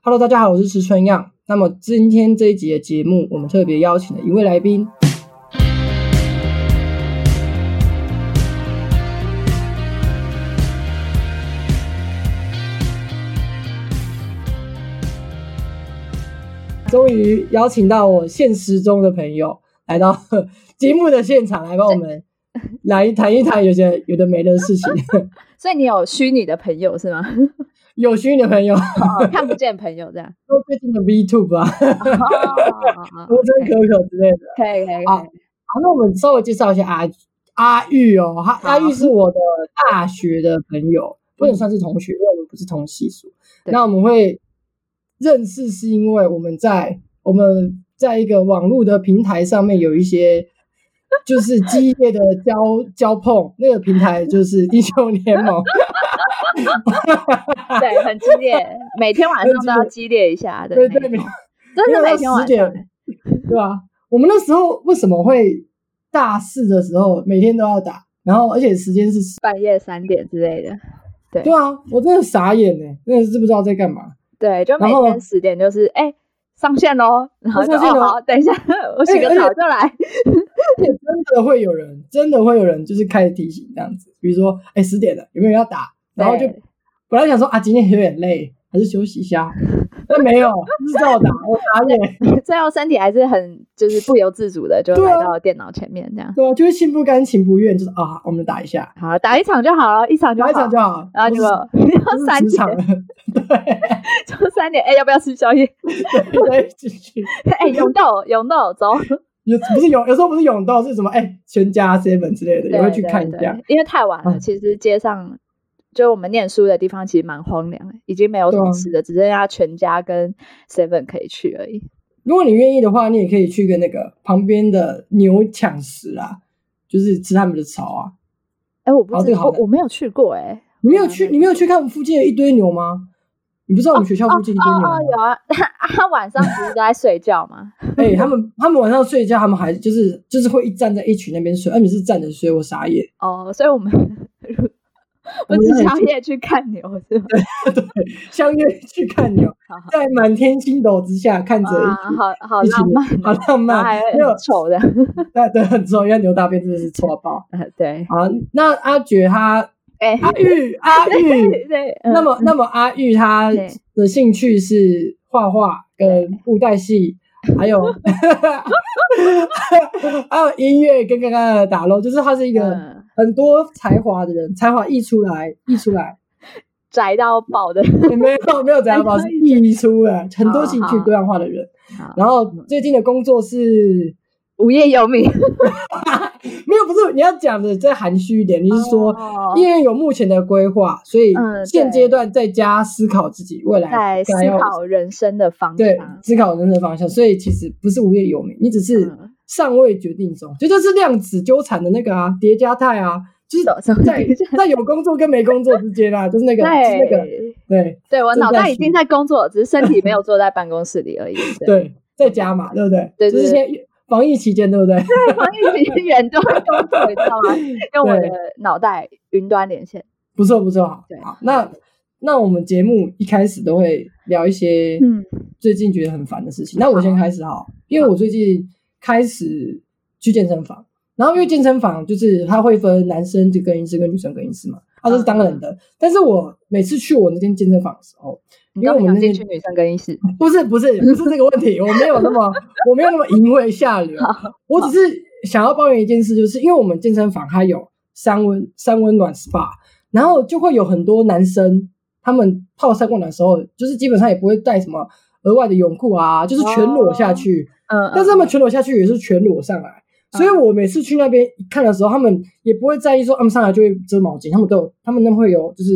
Hello，大家好，我是池春样。那么今天这一集的节目，我们特别邀请了一位来宾。终于邀请到我现实中的朋友来到 呵节目的现场，来帮我们来谈一谈有些有的没的事情。 所以你有虚拟的朋友是吗？有虚拟的朋友，哦看不见朋友这样。说最近的 VTube 啊， 哦哦哦罗真可可之类的。哦可以可以好可以。好，那我们稍微介绍一下阿阿玉哦，他阿玉是我的大学的朋友，不能算是同学，因为我们不是同系数。对那我们会认识是因为我们在我们在一个网络的平台上面有一些就是激烈的交交碰，那个平台就是英雄联 盟。对，很激烈，每天晚上都要激烈一下的对那对种。真的每天十晚上。点，对吧、我们那时候为什么会大四的时候每天都要打，然后而且时间是半夜三点之类的，对啊，我真的傻眼呢、欸真的是不知道在干嘛。对，就每然后天十点就是哎、上线喽，然后就上线咯哎哦好，等一下 我洗而个且澡就来，而且真的会有人，真的会有人就是开始提醒这样子，比如说，哎、十点了，有没有人要打？然后就对本来想说啊，今天有点累，还是休息一下，但没有，就是照打，我傻眼，最后身体还是很就是不由自主的就对来啊到电脑前面这样。对啊，就是心不甘情不愿，就是啊，我们打一下，好，打一场就好了，一场就打好，一场就好，然后结就果要三职点场， 了，就三点，哎、要不要吃宵夜？ 对，再继续。 哎、勇斗，勇斗，走，有不是有有时候不是泳道是什么哎、全家 seven 之类的 也会去对看一对下，因为太晚了。嗯其实街上就我们念书的地方，其实蛮荒凉的，已经没有什对么啊吃的，只剩下全家跟 Seven 可以去而已。如果你愿意的话，你也可以去跟那个旁边的牛抢食啊，就是吃他们的草啊。哎、我不哦知这个道，好难我没有去过哎、你没有去，你没有去看附近的一堆牛吗？你不知道我们学校附近一堆牛哦吗哦，？有啊， 他晚上不是都在睡觉吗？哎、他们他们晚上睡觉，他们还就是就是会一站在一群那边睡，而你是站着睡，我傻眼。 哦，所以我们 我不们吃很宵夜去看牛是吗？相约去看牛 好好，在满天星斗之下看着啊，一好好一群浪漫群，哦，好浪然后漫还，没有很丑的， 那对很重要，因为牛大便真的是臭到爆。呃对，好，那阿珏他哎、阿玉阿玉。 对对，嗯那么，那么阿玉他对的兴趣是画画跟布袋戏， 还有还有音乐跟刚刚的打捞，就是他是一个嗯很多才华的人，才华溢出 来，溢出来，宅到爆的， 也没有 没有才华，是溢出来，很多兴趣多样化的人。好然后最近的工作是无业游民。没有，不是你要讲的再含蓄一点，你是说哦因为有目前的规划，所以嗯现对阶段在家思考自己未来在思该要考人生的方对向，思考人生的方向，所以其实不是无业游民，你只是嗯尚未决定中，就就是量子纠缠的那个啊，叠加态啊，就是什么在叠加态在有工作跟没工作之间啊，就是 那个就是那个对对对，我正脑在袋已学经在工作了，只是身体 没有坐在办公室里而已。对，对，在家嘛，对不对？对对就是现在防疫期间，对不 对？对防疫期间都在工作，你知道吗？用我的脑袋云端连线。不错不错，好对，好那。那我们节目一开始都会聊一些嗯最近觉得很烦的事情。那我先开始好，因为我最近开始去健身房，然后因为健身房就是它会分男生的更衣室跟女生更衣室嘛，啊，这是当然的。但是我每次去我那间健身房的时候，你因为都我不们想那进边去女生更衣室，不是不是不是这个问题，我没有那么我没有那么淫秽下流，我只是想要抱怨一件事，就是因为我们健身房它有三温三温暖 SPA，然后就会有很多男生他们泡三温暖的时候，就是基本上也不会带什么额外的泳裤啊，就是全裸下去，嗯，但是他嗯们全裸下去也是全裸上来。所以我每次去那边看的时候，他们也不会在意说他们上来就会遮毛巾，他们都有，他们那会有，就是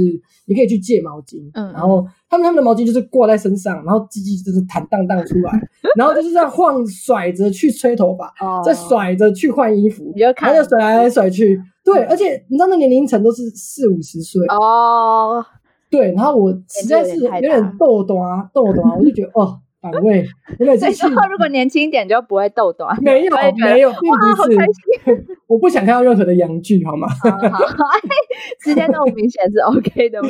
你可以去借毛巾，嗯然后他们他们的毛巾就是挂在身上，然后鸡鸡就是弹荡荡出来，然后就是这样晃甩着去吹头发，哦再甩着去换衣服，你就看嗯然后再甩来甩去，对，而且你知道那年龄层都是四五十岁，哦，对，然后我实在是年纪有有点太大点豆豆啊豆豆啊，我就觉得哦反胃，我每 所次以去之后如果年轻一点就不会痘痘啊。没有我也觉得 没有，并哇，好不开是。心！ 我不想看到任何的洋剧，好吗？好好好，哎，时间那么明显是 OK 的吗？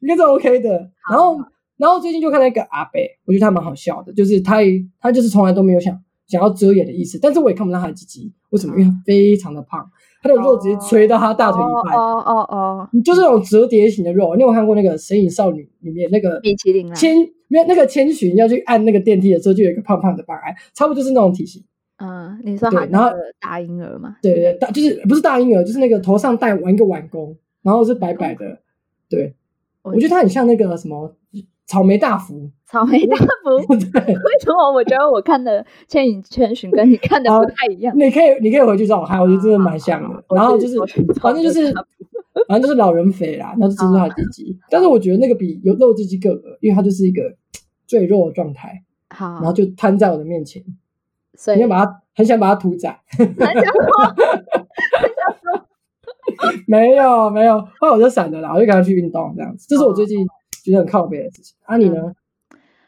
应该是 OK 的。然后然后最近就看到一个阿伯，我觉得他蛮好笑的，就是他也他就是从来都没有想想要遮掩的意思，但是我也看不到他的鸡鸡，为什么？因为他非常的胖，他的肉直接垂到他大腿一半，哦哦哦哦，就是那种折叠型的肉。你有看过那个《神隐少女》里面那个米其林啊，千没有那个千寻要去按那个电梯的时候，就有一个胖胖的帮安，差不多就是那种体型。嗯，你说对喊然后那个大婴儿嘛，对对，大就是不是大婴儿，就是那个头上戴玩一个碗弓，然后是白白的。对，哦我我觉得他很像那个什么草莓大福。 草莓大福。对，为什么我觉得我看的《千与千寻》跟你看的不太一样？你可以你可以回去找我看，我觉得真的蛮啊像的。然后就是反正就是反正就是老人肥啦，然后就啊吃出他的鸡鸡。但是我觉得那个比有肉鸡鸡更恶，因为它就是一个赘肉的状态，好然，后就摊在我的面前，所以你要把它很想把它屠宰。很想说，没有没有，后来我就闪了啦，我就赶快去运动这样子。这是我最近觉得很靠背的事情。啊，你嗯呢？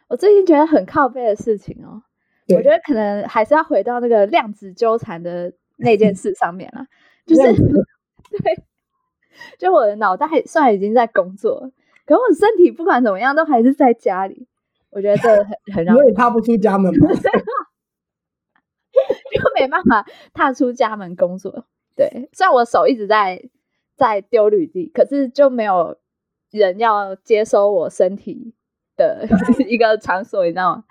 我最近觉得很靠背的事情哦，对我觉得可能还是要回到那个量子纠缠的那件事上面 啦，就是量子对，就我的脑袋虽然已经在工作了，可我身体不管怎么样都还是在家里，我觉得这很很让因为你踏不出家门 嘛。就没办法踏出家门工作。对，虽然我手一直在在丢履历，可是就没有人要接收我身体的一个场所，你知道吗？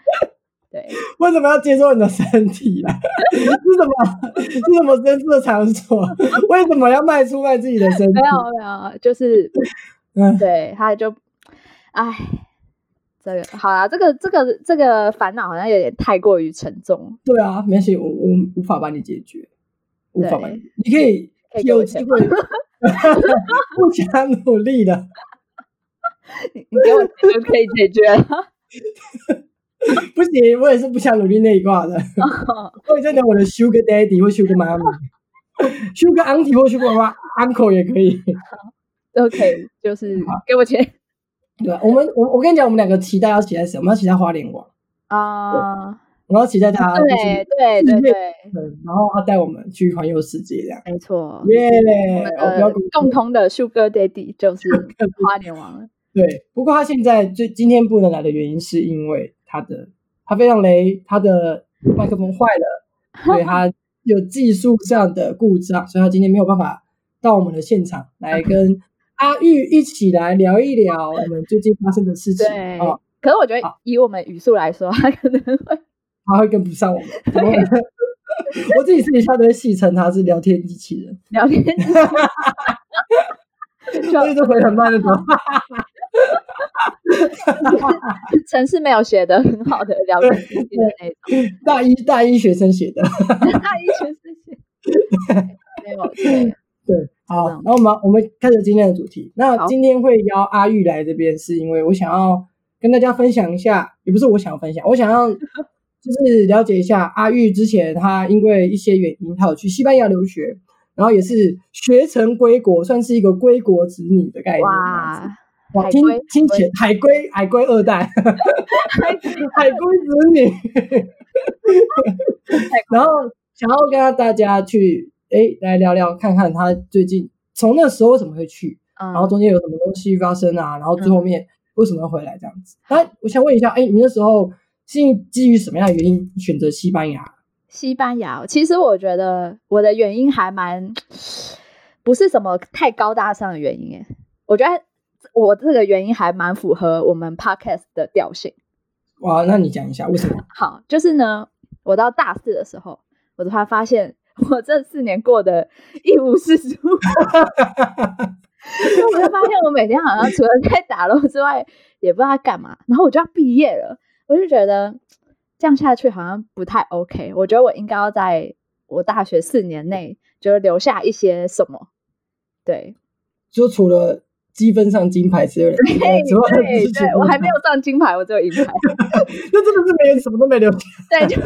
对，为什么要接受你的身体啦？是什么？是什么真挚的场所？为什么要卖出卖自己的身体没？有没有，就是嗯，对，他就，唉，这个好啦，这个这个这个烦恼好像有点太过于沉重，对啊，没事，我我无法帮你解决，无法帮你。你可以可以给我有钱机会， 不加努力的，你你给我钱就可以解决了。 不行，我也是不想努力那一挂 的。我也在等我的 Sugar Daddy 或 Sugar Mommy。Sugar Auntie 或 Sugar Uncle 也可以，都可以，就是给我钱对啊吧？我们我我跟你讲，我们两个期待要期待什么？我们要期待花莲王，啊！我们要期待他就是对对对对，嗯，然后他带我们去环游世界这样。没错，耶、哦我们我不要的跟呃共同的 Sugar Daddy 就是花莲王了。对，不过他现在最今天不能来的原因是因为他的他非常雷，他的麦克风坏了，对他有技术上的故障，所以他今天没有办法到我们的现场嗯来跟阿玉一起来聊一聊我们最近发生的事情对哦，可是我觉得好以我们语速来说， 他可能会他会跟不上我们。 我自己私底下都会戏称他是聊天机器人，聊天 机器所以就回很慢 那种。就城市没有写的很好的聊天机器的那种，大一大一学生写的。 那一群事 情没有对对，好这样，然后我们我们开始今天的主题。那好今天会邀阿玉来这边，是因为我想要跟大家分享一下，也不是我想要分享，我想要就是了解一下阿玉之前他因为一些原因，他有去西班牙留学，然后也是学成归国，算是一个归国子女的概念。哇，哇，海听归听起来海归海归二 代，海归子女。然后想要跟大家去哎来聊聊，看看他最近从那时候为什么会去，嗯然后中间有什么东西发生啊，然后最后面为什么要回来这样子。那我想问一下，哎，你那时候是基于什么样的原因选择西班牙？西班牙哦，其实我觉得我的原因还蛮不是什么太高大上的原因诶，我觉得我这个原因还蛮符合我们 podcast 的调性。哇，那你讲一下为什么？好，就是呢，我到大四的时候，我突然发现我这四年过得一无是处， 就我就发现我每天好像除了在打楼之外，也不知道在干嘛。然后我就要毕业了，我就觉得这样下去好像不太 OK。我觉得我应该要在我大学四年内，就是留下一些什么。对，就除了积分上金牌之类的， 对之外的事情对，我还没有上金牌，我只有银牌。那真的是没有什么都没留下。 对，就对，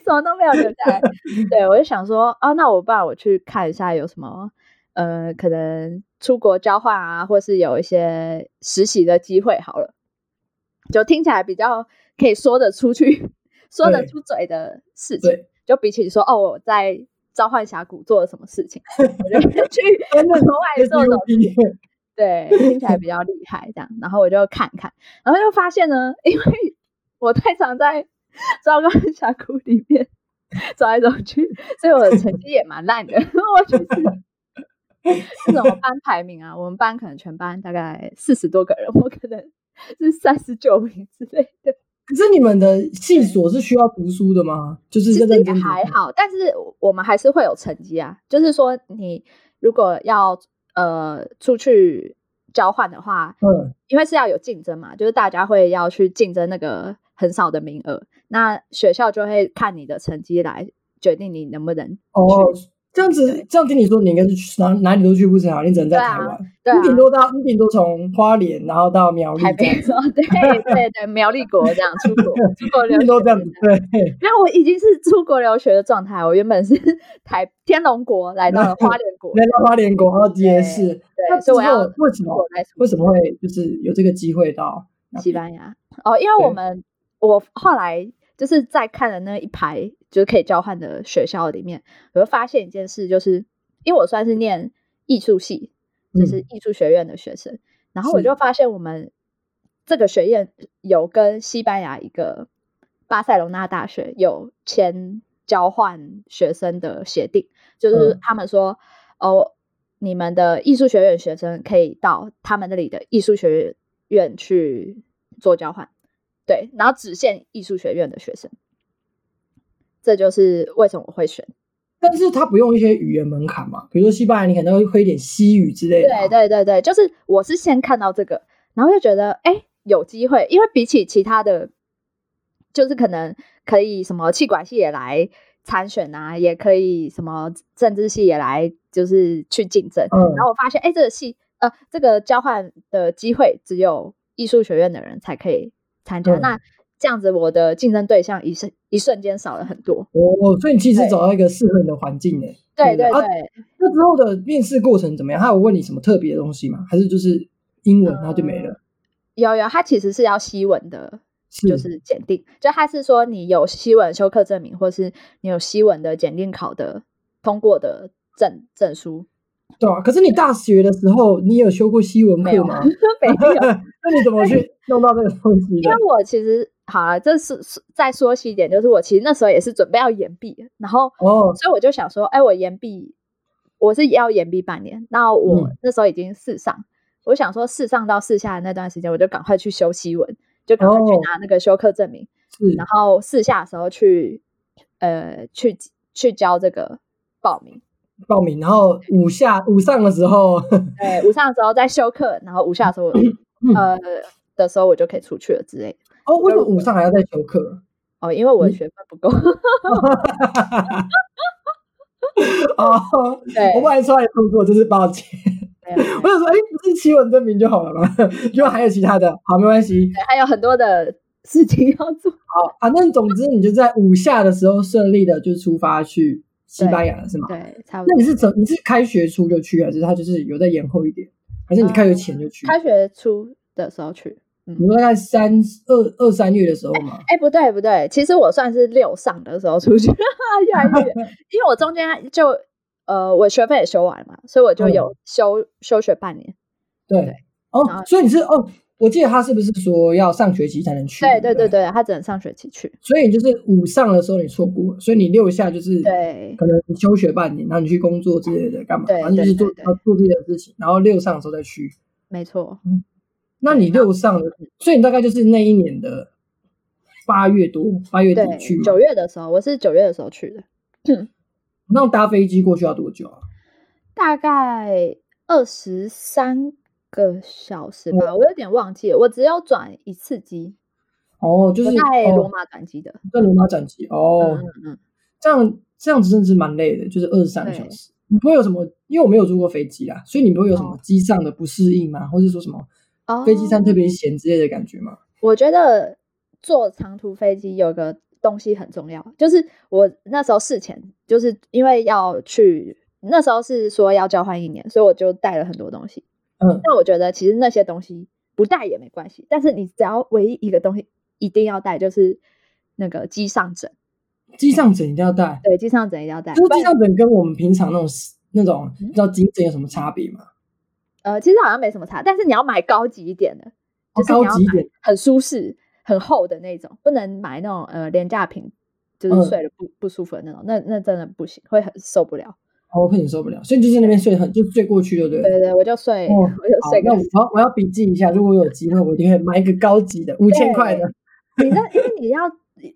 什么都没有留下来。对，我就想说，啊，那我不然我去看一下有什么，呃，可能出国交换啊，或是有一些实习的机会好了。就听起来比较可以说得出去、 说得对出嘴的事情对，就比起说哦我在召唤峡谷做了什么事情，我就 去真的 国外做了什么毕业，对，听起来比较厉害这样。然后我就看看，然后就发现呢，因为我太常在糟糕的峡谷里面走来走去，所以我的成绩也蛮烂的。我就是那种班排名啊，我们班可能全班大概四十多个人，我可能是三十九名之类的。可是你们的系所是需要读书的吗？就是其这实个也还好，但是我们还是会有成绩啊。就是说，你如果要呃出去交换的话，嗯，因为是要有竞争嘛，就是大家会要去竞争那个很少的名额，那学校就会看你的成绩来决定你能不能哦，这样子，这样听你说，你应该是去哪哪里都去不成，你只能在对啊台湾。对啊你顶多到你顶多从花莲，然后到苗栗台这样北说对对对苗栗国这样出国出国留 子，学顶多这样子。对，没有，我已经是出国留学的状态。我原本是 台天龙国来到了花莲国，来到花莲国，然后接市。那对，之所以后我要为什出国么来为什么会就是有这个机会到那边西班牙哦，因为我对们我后来就是在看了那一排就是可以交换的学校里面，我就发现一件事，就是因为我算是念艺术系，就是艺术学院的学生，然后我嗯是就发现我们这个学院有跟西班牙一个巴塞隆纳大学有签交换学生的协定，就是嗯他们说、哦，你们的艺术学院学生可以到他们那里的艺术学院去做交换，对，然后只限艺术学院的学生。这就是为什么我会选。但是他不用一些语言门槛嘛，比如说西班牙，你可能会会一点西语之类的啊、对对对对，就是我是先看到这个，然后就觉得哎有机会，因为比起其他的，就是可能可以什么气管系也来参选啊，也可以什么政治系也来，就是去竞争。嗯然后我发现哎这个系呃这个交换的机会只有艺术学院的人才可以参加，嗯那这样子我的竞争对象一瞬一瞬间少了很多。哦，所以你其实对找到一个适合你的环境呢。对对对啊对，那之后的面试过程怎么样？他有问你什么特别的东西吗？还是就是英文，然后就没了？有有，它其实是要西文的是嗯就是检定，就他是说你有西文修课证明，或是你有西文的检定考的通过的证证书， 对啊。可是你大学的时候，你有修过西文没有课吗？没有。那你怎么 去弄到这个东西因的？为我其实好啊，这是是再说细一点，就是我其实那时候也是准备要延毕的，然后哦，所以我就想说，哎，我延毕，我是要延毕半年，那我嗯那时候已经试上，我想说试上到试下的那段时间，我就赶快去修西文，就赶快去哦拿那个修课证明，是然后试下的时候去，呃，去去交这个报名。报名，然后五下五上的时候，对，午上的时候再休课，然后午下的时候我，嗯呃的时候我就可以出去了之类的。哦，为什么五上还要再修 课？哦，因为我的嗯学分不够， 哦，对，啊我本来出来工作就是抱歉。没有没有 我想说，哎，不是西文证明就好了吗？ 就还有其他的，好，没关系。对还有很多的事情要做。好，反正总之你就在五下的时候顺利的就出发去西班牙了，是吗？ 对，差不那多你。是怎？你是开学初就去，还啊是他就是有在延后一点？还是你开学前就去？嗯开学初的时候去。你说大概三二二三月的时候嘛？哎，不对不对，其实我算是六上的时候出去， 越来越远，因为我中间就呃我学费也修完嘛，所以我就嗯有休、休学半年。对对。然哦后，所以你是哦，我记得他是不是说要上学期才能去？对对对不对。对，他只能上学期去。所以你就是五上的时候你错过了，所以你六下就是对可能你休学半年，然后你去工作之类的，干嘛？对反正就是做对对对呃做自己的事情，然后六上的时候再去。没错，那你六上的，所以你大概就是那一年的八月多，八月底对去，嘛九月的时候，我是九月的时候去的，那搭飞机过去要多久啊？大概二十三个小时吧，我有点忘记了，我只有转一次机，哦，就是我在罗哦，马转机的。在罗马转机哦，嗯嗯嗯，这样这样子真的是蛮累的，就是二十三个对小时。你不会有什么，因为我没有坐过飞机啦，所以你不会有什么哦机上的不适应吗？或者说什么哦，飞机餐特别咸之类的感觉吗？我觉得坐长途飞机有个东西很重要，就是我那时候事前就是因为要去，那时候是说要交换一年，所以我就带了很多东西。嗯但我觉得其实那些东西不带也没关系，但是你只要唯一一个东西一定要带，就是那个机上枕。机上枕一定要带，对，机上枕一定要带。就是哎不然机上枕跟我们平常那种那种嗯你知道颈枕有什么差别吗？呃，其实好像没什么差，但是你要买高级一点的，哦就是你要高级一点买很舒适、很厚的那种，不能买那种呃廉价品，就是嗯睡了不、不舒服的那种，那那真的不行，会很受不了。哦我肯定受不了，所以你就在那边睡得很，就睡过去，对不对了？对对对，我就睡，哦 我就好睡，那个我要我要笔记一下，如果有机会，我一定会买一个高级的五千块的。你那因为你要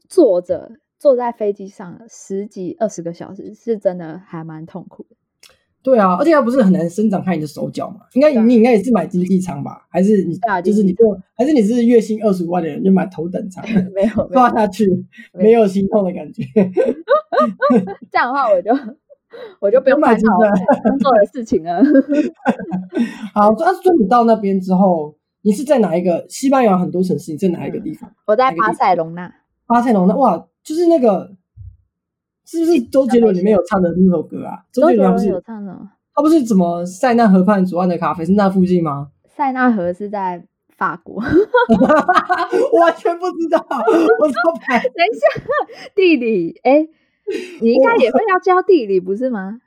坐着坐在飞机上十几二十个小时，是真的还蛮痛苦的。对啊，而且它不是很难伸展开你的手脚嘛？应该对啊你应该也是买经济舱吧？还是你对啊就是经济你做，还是你是月薪二十五万的人就买头等舱， 没有没坐，有下去没有没有心痛的感觉。这样的话我就我就不用买烦机恼票我工作的事情了。 好，那所以你到那边之后，你是在哪一个？西班牙很多城市，你在哪一个地方？我在哪个地巴方塞隆纳，巴塞隆那哇，就是那个是不是啊周杰伦里面有唱的那首歌啊？周周杰杰伦不伦有是唱什么？他不是怎么塞纳河畔左岸的咖啡是那附近吗？ 塞纳河是在法国。我完全不知道，我超白。等一下，地理，哎、你应该也会要教地理不是吗？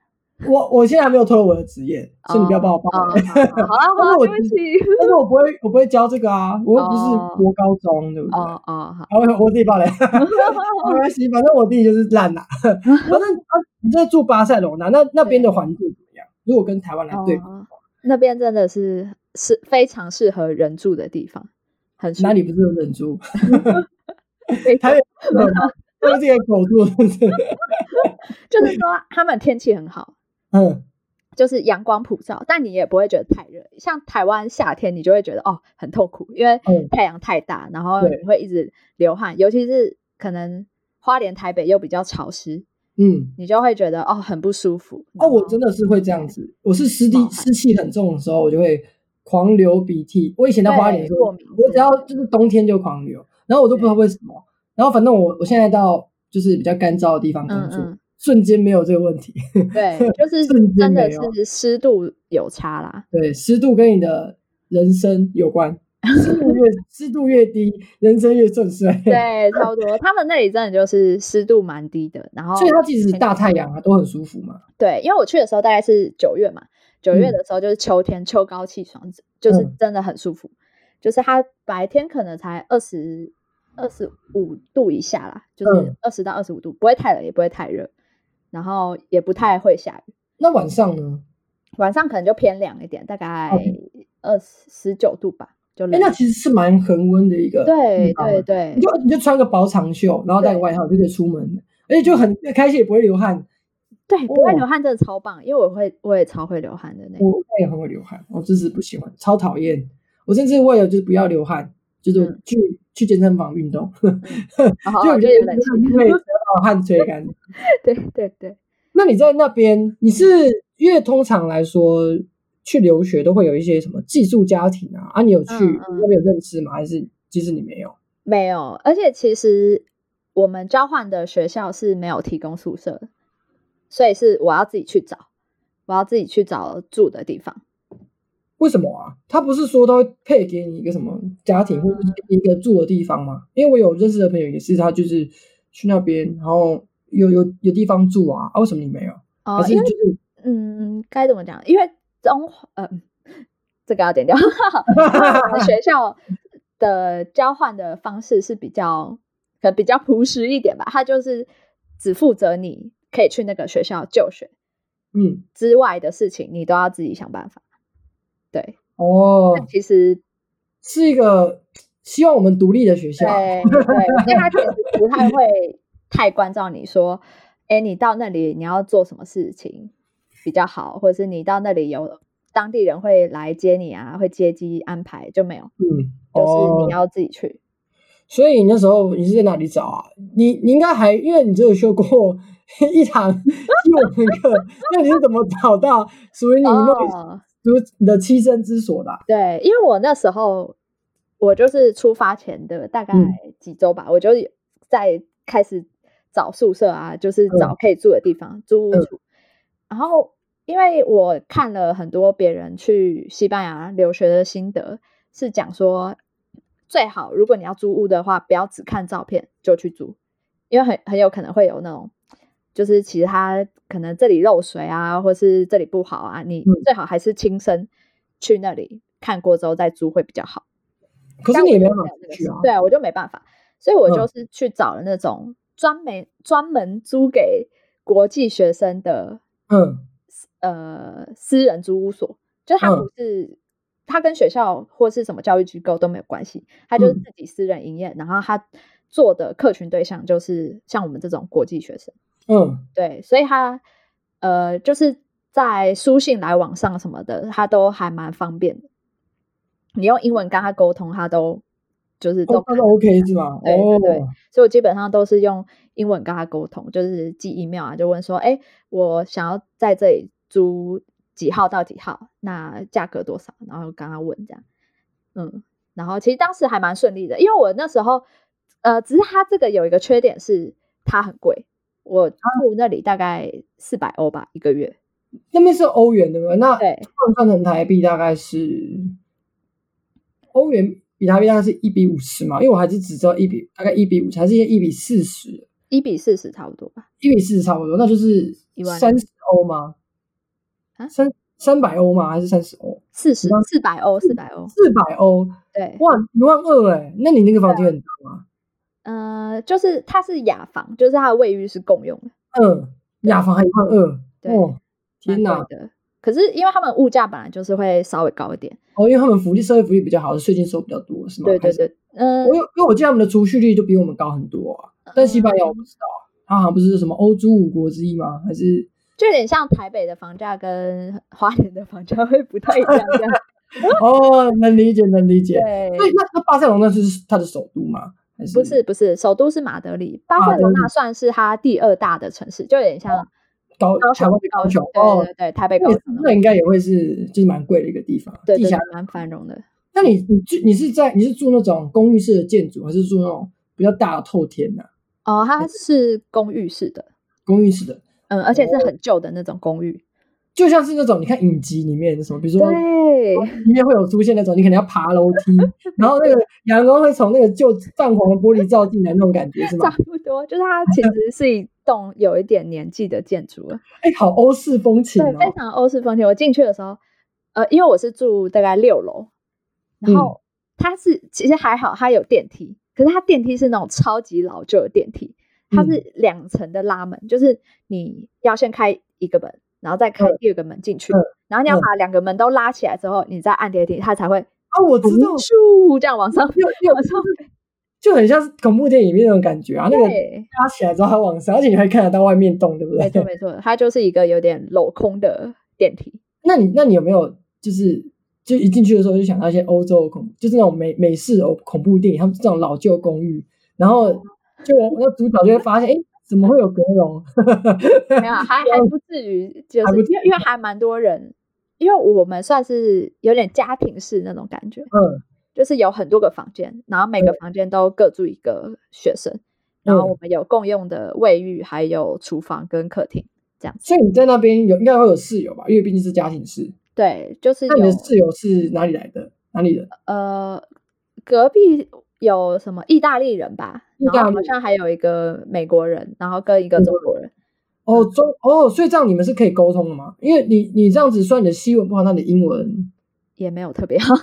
我我现在还没有透露我的职业，所以你不要帮我报哦好名。好好啊，好啊，我对不起。但是我不会，我不会教这个啊，我又不哦是国高中，对不对？哦哦，好，啊，我我自己 报嘞，没关系，反正我弟就是烂啦。 反正啊，你在住巴塞罗那，那那边的环境怎么样？如果跟台湾来对比，哦，那边真的是是非常适合人住的地方，很舒哪里不是有忍住？ 台北都是这个口住，就是说他们天气很好， 嗯，就是阳光普照，但你也不会觉得太热。像台湾夏天，你就会觉得哦很痛苦，因为嗯太阳太大，然后对你会一直流汗，尤其是可能花莲、台北又比较潮湿，嗯。你就会觉得哦很不舒服。嗯哦，我的。真 的是会这样子，我是湿地冒汗湿气很重的时候，我就会狂流鼻涕。我以前在花莲的时对过候敏，我只要就是冬天就狂流，然后我都不知道为什么。然后反正我我现在到就是比较干燥的地方工嗯作，嗯，瞬间没有这个问题。 对，就是瞬间真的没有是湿度有差啦。对，湿度跟你的人生有 关，湿度越湿度越低，人生越顺遂。对，差不多。他们那里真的就是湿度蛮低的，然 后所以它即使大太阳啊，都很舒服嘛。对，因为我去的时候大概是九月嘛，九月嗯的时候就是秋天，秋高气爽，就是嗯真的很舒服。就是它白天可能才二十二十五度以下啦，就是嗯二十到二十五度，不会太冷，也不会太热，然后也不太会下雨。那晚上呢？晚上可能就偏凉一点，大概二十十九度吧，就哎、冷。哦那其实是蛮恒温的一个对地方啊对对你，就你就穿个薄长袖，然后带个外套就可以出门了，而且就很开心，也不会流汗。对，不会哦嗯流汗真的超棒，因为我会，我也超会流汗的那种。我也很会流汗，我就是不喜欢，超讨厌。我甚至为了就是不要流汗，就是嗯去、去健身房运动，然后就就有冷气，会把汗吹干。对对对，那你在那边，你是因为通常来说去留学都会有一些什么寄宿家庭啊？啊，你有去、嗯嗯那边有认识吗？还是其实你没有？没有。而且其实我们交换的学校是没有提供宿舍的，所以是我要自己去找，我要自己去找住的地方。为什么啊？他不是说他会配给你一个什么家嗯庭或者是一个住的地方吗？因为我有认识的朋友也是，他就是去那边，然后有有有地方住啊。啊，为什么你没有？哦还，是因就为是嗯，该怎么讲？因为中华呃，这个要剪掉。 因为我们学校的交换的方式是比较可能比较朴实一点吧，它就是只负责你可以去那个学校就学嗯之外的事情，你都要自己想办法。对，哦，其实是一个希望我们独立的学校对啊。对，所以他其实不太会太关照你说，哎，你到那里你要做什么事情比较好，或者是你到那里有当地人会来接你啊，会接机安排就没有，嗯，就是哦你要自己去。所以你那时候你是在哪里找啊？你你应该还因为你只有修过一堂 英文课，那你是怎么找到属于你那个哦属于你的栖身之所的啊、对，因为我那时候我就是出发前的大概嗯几周吧，我就有在开始找宿舍啊，就是找可以住的地方，租屋嗯住。然后因为我看了很多别人去西班牙留学的心得，是讲说最好如果你要租屋的话，不要只看照片就去租，因为很很有可能会有那种。就是其他可能这里漏水啊，或是这里不好啊，你嗯最好还是亲身去那里看过之后再租会比较好。可是但你我也没就办法有那个去时啊。对啊，我就没办法，所以我嗯就是去找了那种专门专门租给国际学生的嗯呃私人租屋所，就是它嗯不是、它跟学校或是什么教育机构都没有关系，它就是嗯自己私人营业，然后它做的客群对象就是像我们这种国际学生，嗯对，所以它呃就是在书信来往上什么的，它都还蛮方便的。你用英文跟他沟通，他都就是都哦，那可是能 OK 是吗？对对对哦，所以我基本上都是用英文跟他沟通，就是寄 email 啊，就问说，哎，我想要在这里租几号到几号，那价格多少，然后跟他问这样，嗯，然后其实当时还蛮顺利的，因为我那时候，呃，只是他这个有一个缺点是它很贵，我啊住那里大概四百欧吧一个月，那边是欧元对吧？那对，换算成台币大概是欧元比台币大概是一比五十嘛，因为我还是只知道一比大概一比五，还是一比四十，一比四十差不多吧，一比四十差不多，那就是一万三十欧吗？啊三三百欧吗？还是三十欧？四十你要四百欧，四百欧，四百欧？对，哇，一万二哎！那你那个房间很大吗？呃，就是它是雅房，就是它的卫浴是共用的。嗯，雅房还一万二，啊对哦，天蛮哪！贵的。可是因为他们物价本来就是会稍微高一点，哦，因为他们福利社会福利比较好，税金收比较多，是吗？对还对是对，嗯我，有，因为我记得他们的储蓄率就比我们高很多啊。但西嗯班牙我不知道，它好像不是什么欧洲五国之一吗？还是就有点像台北的房价跟花莲的房价会不太一样，这 样哦，能理解，能理解。所以对，那那巴塞隆那就是它的首都吗？还是不是不是，首都是马德里，巴马塞罗德那算是它第二大的城市，就有点像高高台湾雄的高高雄对哦对，对，台北高那雄也的那嘛，应该也会是就是蛮贵的一个地方。对地对下对，。蛮繁荣的。那你你住你是在你是住那种公寓式的建筑，还是住那种比较大的透天呐、哦，它是公寓式的，公寓式的，嗯，而且哦是很旧的那种公寓，就像是那种你看影集里面什么，比如说对，里面会有出现那种你可能要爬楼梯，然后那个阳光会从那个旧泛黄的玻璃照进来那种感觉是吗 差？不多，就是它其实是一栋有一点年纪的建筑了。哎、好欧式风情对，非哦。常欧式风情。我进去的时候，呃，因为我是住大概六楼，嗯然后它是、其实还好，它有电梯，可是它电梯是那种超级老旧的电梯，它嗯是两层的拉门，就是你要先开一个门，然后再开嗯第二个门进去，嗯然后你要嗯把两个门都拉起来之后，你再按电梯，它才会啊，我知道，咻这样往上 又又往上飞。就很像是恐怖电影里面那种感觉啊，那个对，拉起来之后它往上，而且你还看得到外面动，对不没错对？没错，它就是一个有点镂空的电梯。那你那你有没有就是就一进去的时候就想到一些欧洲的恐，就是那种美美式的恐怖电影，他们这种老旧公寓，然后就我那主角就会发现，哎、怎么会有阁楼？没有，啊还还不至于，就还是不至因为因为还蛮多人，因为我们算是有点家庭式那种感觉，嗯，就是有很多个房间，然后每个房间都各住一个学生，然后嗯我们有共用的卫浴，还有厨房跟客厅这样 子。所以你在那边有应该会有室友吧，因为毕竟是家庭式。对，就是那你有的室友是哪里来的？哪里人？呃隔壁有什么意大利人吧，意然后大好利像还有一个美国人，然后跟一个中国人。呃哦，中哦，所以这样你们是可以沟通的吗？因为你你这样子算你的西文不好，那你的英文， 也没有特别好，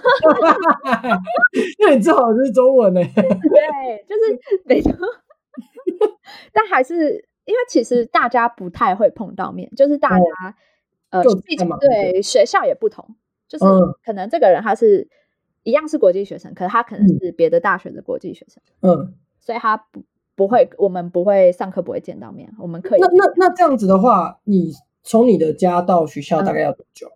那你最好就是中文呢、对， 就是每周，但还是因为其实大家不太会碰到面，就是大哦家、呃就，毕在竟忙对学校也不同，就是嗯可能这个人他是一样是国际学生，可是他可能嗯是别的大学的国际学生，嗯，所以他不不会，我们不会上课不会见到面，我们可以那那那这样子的话，你从你的家到学校嗯大概要多久？啊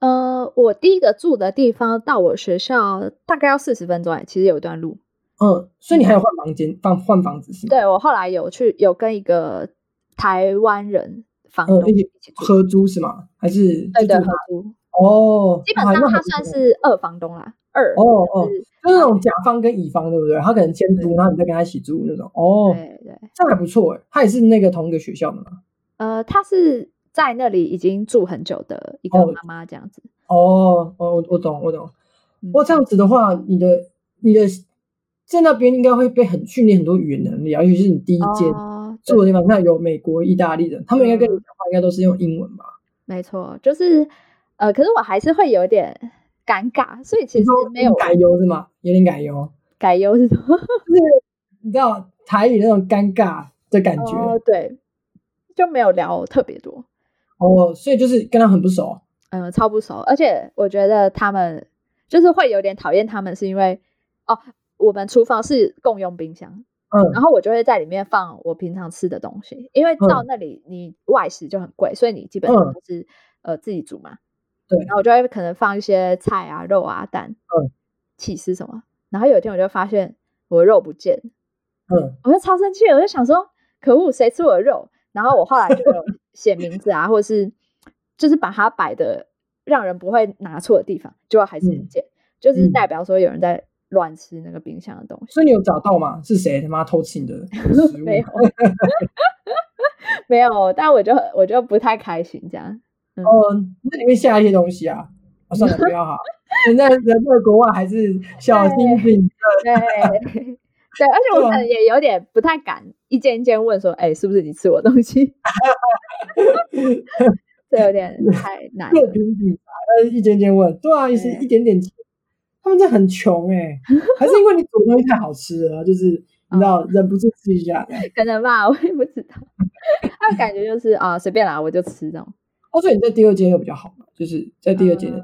呃，我第一个住的地方到我学校大概要四十分钟，哎，其实有一段路，嗯，所以你还有换房间、换换房子是吗？对我后来有去有跟一个台湾人房嗯东一起一起住。合租是吗？还是对对，就住合租，哦，基本哇上那他很算不错是二房东啦，二哦哦，就是就是那种甲方跟乙方对不对？他可能先租，然后你再跟他一起租那种。哦，对对，这样还不错哎，他也是那个同一个学校的嘛。呃，他是在那里已经住很久的一个哦妈妈这样子，哦，哦，我我懂，我懂。嗯哇，这样子的话，你的你的在那边应该会被很训练很多语言能力啊，尤其是你第一间哦，嗯住的地对，方，那有美国、意大利人，他们应该跟你讲话应该都是用英文吧？没错，就是呃，可是我还是会有点尴尬，所以其实没有改油是吗？有点改油，改优是什么？你知道台语那种尴尬的感觉哦，对，就没有聊特别多，哦，所以就是跟他很不熟。嗯，超不熟，而且我觉得他们就是会有点讨厌他们，是因为哦，我们厨房是共用冰箱，嗯然后我就会在里面放我平常吃的东西，因为到那里你外食就很贵，所以你基本上嗯都是、呃自己煮嘛。对然后我就会可能放一些菜啊、肉啊、蛋、嗯、起司什么。然后有一天我就发现我的肉不见了，嗯，我就超生气，我就想说，可恶，谁吃我的肉？然后我后来就有写名字啊，或者是就是把它摆的让人不会拿错的地方，结果还是不嗯见，就是嗯代表说有人在乱吃那个冰箱的东西。所以你有找到吗？是谁他妈偷吃你的食物？ 没有，没有，但我就我就不太开心这样。 哦，那里面下一些东西啊，哦、算了，不 要哈。人在人在国外还是小心自己。对 对，而且我嗯可能也有点不太敢一件一件问说，哎、是不是你吃我东西？ 这有点太难各了。平底牌，呃，一间间问，对啊，也是对一点点钱。他们这很穷哎、还是因为你煮的东西太好吃了，就是你知道忍不住吃一下。哎 可能吧，我也不知道。他的感觉就是啊，随便啦，我就吃这种。哦，所以你在第二间又比较好嘛，就是在第二间的。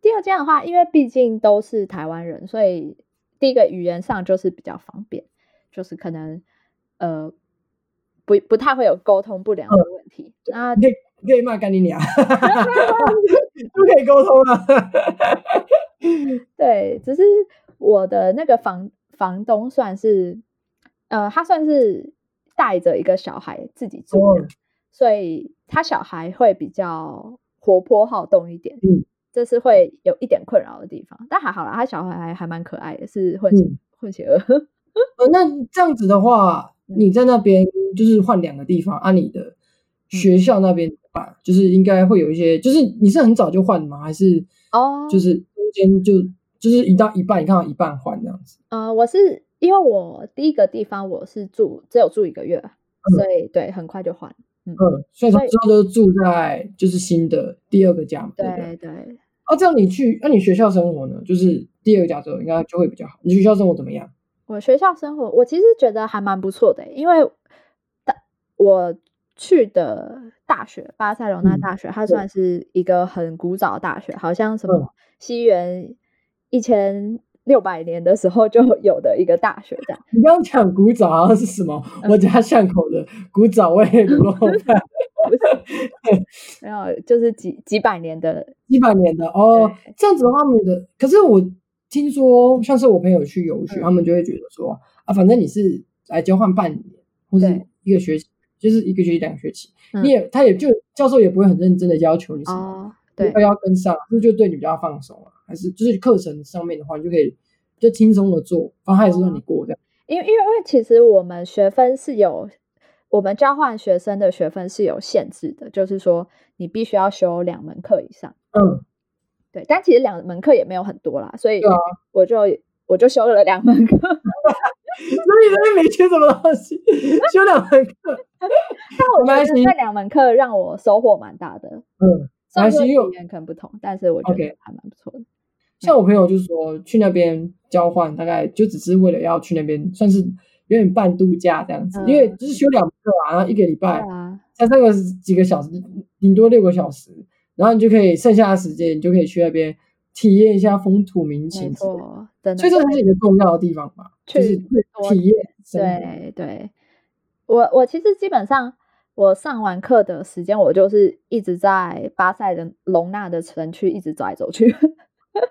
第二件的话，因为毕竟都是台湾人，所以第一个语言上就是比较方便，就是可能呃不不太会有沟通不良的问题。那你可以你可以骂干你娘， 都可以沟通啊。 对，只是我的那个房房东算是呃，他算是带着一个小孩自己住的，哦所以他小孩会比较活泼好动一点，嗯，这是会有一点困扰的地方。但还好啦，他小孩还还蛮可爱的，是混血、嗯混血儿。 呃，那这样子的话，你在那边就是换两个地方，啊，你的学校那边吧，就是应该会有一些，就是你是很早就换吗？还是哦就是中间就就是一到一半，你看到一半换这样子？呃，我是因为我第一个地方我是住只有住一个月，所以对很快就换。嗯，所以说对之后就住在就是新的第二个家嘛，对不对？对对，啊，这样你去，那、你学校生活呢？就是第二个家之后应该就会比较好。你学校生活怎么样？我学校生活，我其实觉得还蛮不错的欸，因为大我去的大学巴塞罗那嗯大学，它对算是一个很古早的大学，好像什嗯么西元一千六百年的时候就嗯有的一个大学这样。你刚刚讲古早好像是什么？我家巷口的古早味卤肉饭，然后就是几几百年的，一百年的哦。这样子的话，他们的可是我听说，像是我朋友去游学，嗯他们就会觉得说啊，反正你是来交换半年或者对一个学期，就是一个学期两个学期，嗯你也他也就教授也不会很认真的要求你什么，哦，对要，要跟上，这就对你比较放松啊。还是就是课程上面的话，你就可以就轻松的做，反正他也是让你过这样。因为因为因为其实我们学分是有，我们交换学生的学分是有限制的，就是说你必须要修两门课以上。嗯， 对，但其实两门课也没有很多啦，所以对啊我就、我就修了两门课，所以人家没缺什么东西，修两门课。但我没关觉得系那两门课让我收获蛮大的。嗯，虽没关然系说因为语言可能不同，但是我觉 OK 得还蛮不错的。像我朋友就说去那边交换，大概就只是为了要去那边，算是有点半度假这样子，嗯因为就是休两个啊，然后一个礼拜对啊，才三个几个小时，顶多六个小时，然后你就可以剩下的时间，你就可以去那边体验一下风土民没情之类的，错，真的所以。这才是一个重要的地方吧，去就是多体验生活。对对，我我其实基本上我上完课的时间，我就是一直在巴塞的隆纳的城区一直走来走去。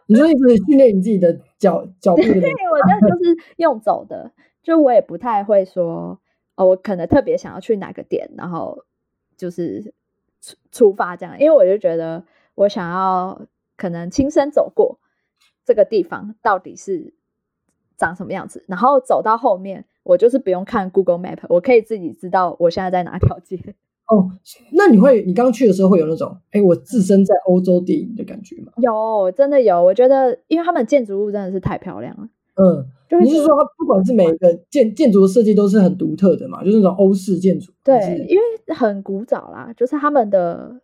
你就一直训练你自己的脚脚步的能力，对我真的就是用走的，就我也不太会说哦，我可能特别想要去哪个点，然后就是出出发这样，因为我就觉得我想要可能亲身走过这个地方到底是长什么样子，然后走到后面。我就是不用看 Google Map，我可以自己知道我现在在哪条街。 哦。那你会，你刚去的时候会有那种，哎，我置身在欧洲地理的感觉吗？有，真的有。我觉得，因为他们建筑物真的是太漂亮了，嗯，就会你是觉得说它不管是每一个建建筑的设计都是很独特的嘛？就是那种欧式建筑。还对，是因为很古早啦，就是他们的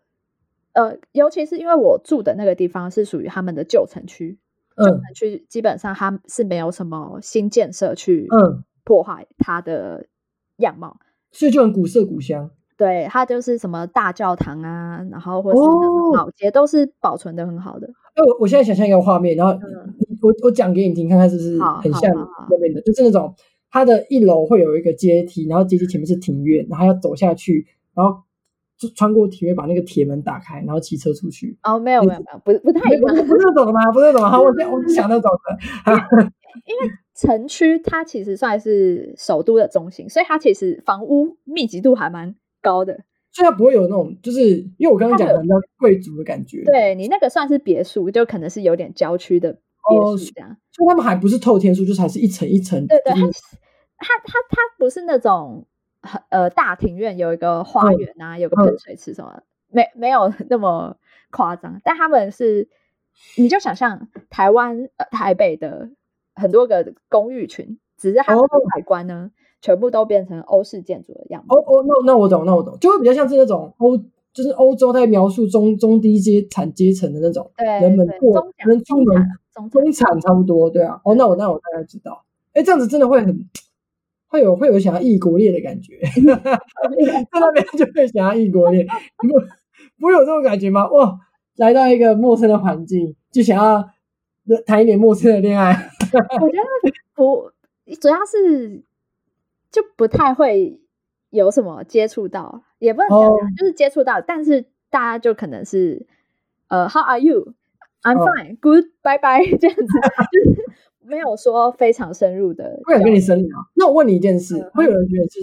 呃，尤其是因为我住的那个地方是属于他们的旧城区，嗯旧城区基本上它是没有什么新建设去嗯，破坏它的样貌。所以就很古色古香。对，它就是什么大教堂啊，然后或是那种哦老街，都是保存的很好的。哎，我我现在想象一个画面，然后嗯你我我讲给你听，看看是不是好很好像好好那边的，就是那种它的一楼会有一个阶梯，然后阶梯前面是庭院，然后要走下去，然后就穿过庭院把那个铁门打开，然后骑车出去。哦，没有没有没有，不 不太不一是不样。是不是那种的吗？不是那种的吗，好，我现在我是想那种的。城区它其实算是首都的中心，所以它其实房屋密集度还蛮高的。所以它不会有那种，就是因为我刚刚讲的那贵族的感觉，，对你那个算是别墅，就可能是有点郊区的别哦墅这样。所以他们还不是透天书，就是还是一层一层，对对，就它是是它它它不是那种很呃大庭院有一个花嗯园啊，有个嗯喷水池什么的，没没有那么夸张。但他们是，你就想象台湾、呃、台北的很多个公寓群，只是它们的哦外观呢，全部都变成欧式建筑的样子。哦哦，那那我懂，那我懂，就会比较像是那种欧，就是欧洲在描述中中低阶产阶层的那种对哦人们对，过中人产出中门产中产中产差不多，对啊。哦，那我那我大概知道。哎，这样子真的会很，会有会有想要异国恋的感觉，在那边就会想要异国恋，你不不会有这种感觉吗？哇，来到一个陌生的环境，就想要谈一点陌生的恋爱。我觉得不，主要是就不太会有什么接触到，也不能讲哦就是接触到，但是大家就可能是呃，How are you? I'm 哦 fine, good, bye bye 这样子，就是没有说非常深入的不想交跟你流深聊。那我问你一件事嗯，会有人觉得是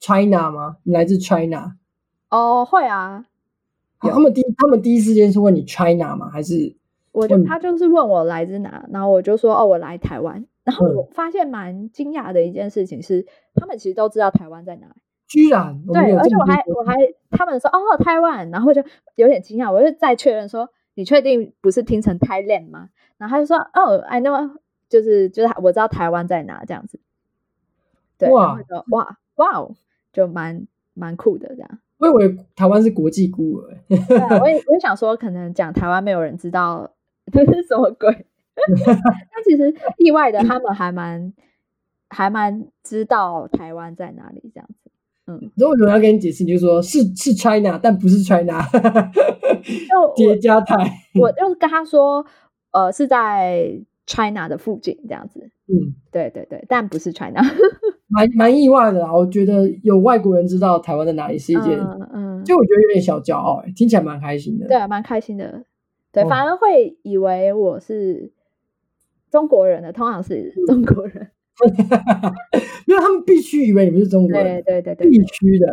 China 吗？你来自 China？哦，会啊，有他们第他们第一时间是问你 China 吗？还是我就嗯他就是问我来自哪，然后我就说哦，我来台湾。然后嗯我发现蛮惊讶的一件事情是，他们其实都知道台湾在哪，居然我们对，有而这且么我多还我还他们说哦台湾，然后就有点惊讶，我就再确认说你确定不是听成 Thailand 吗？然后他就说哦，I know，就是就是我知道台湾在哪这样子。对，然后哇我就哇哇哦，就蛮蛮酷的这样。我以为台湾是国际孤儿、欸对啊、 我也我也想说，可能讲台湾没有人知道 这是什么鬼， 但其实意外的他们还蛮还蛮知道台湾在哪里这样 子。如果有人要跟你解释，你就说是是 China，但不是 China， 就我叠加态。我就跟他说，呃，是在 China 的附近这样子。嗯，对对对，但不是 China。蛮蛮意外的啦。我觉得有外国人知道台湾在哪里是一件，嗯嗯，就我觉得有点小骄傲、欸，听起来蛮开心的。对啊，蛮开心的。对，哦反而会以为我是中国人的，通常是嗯中国人。因为他们必须以为你们是中国对人，对对对，必须的。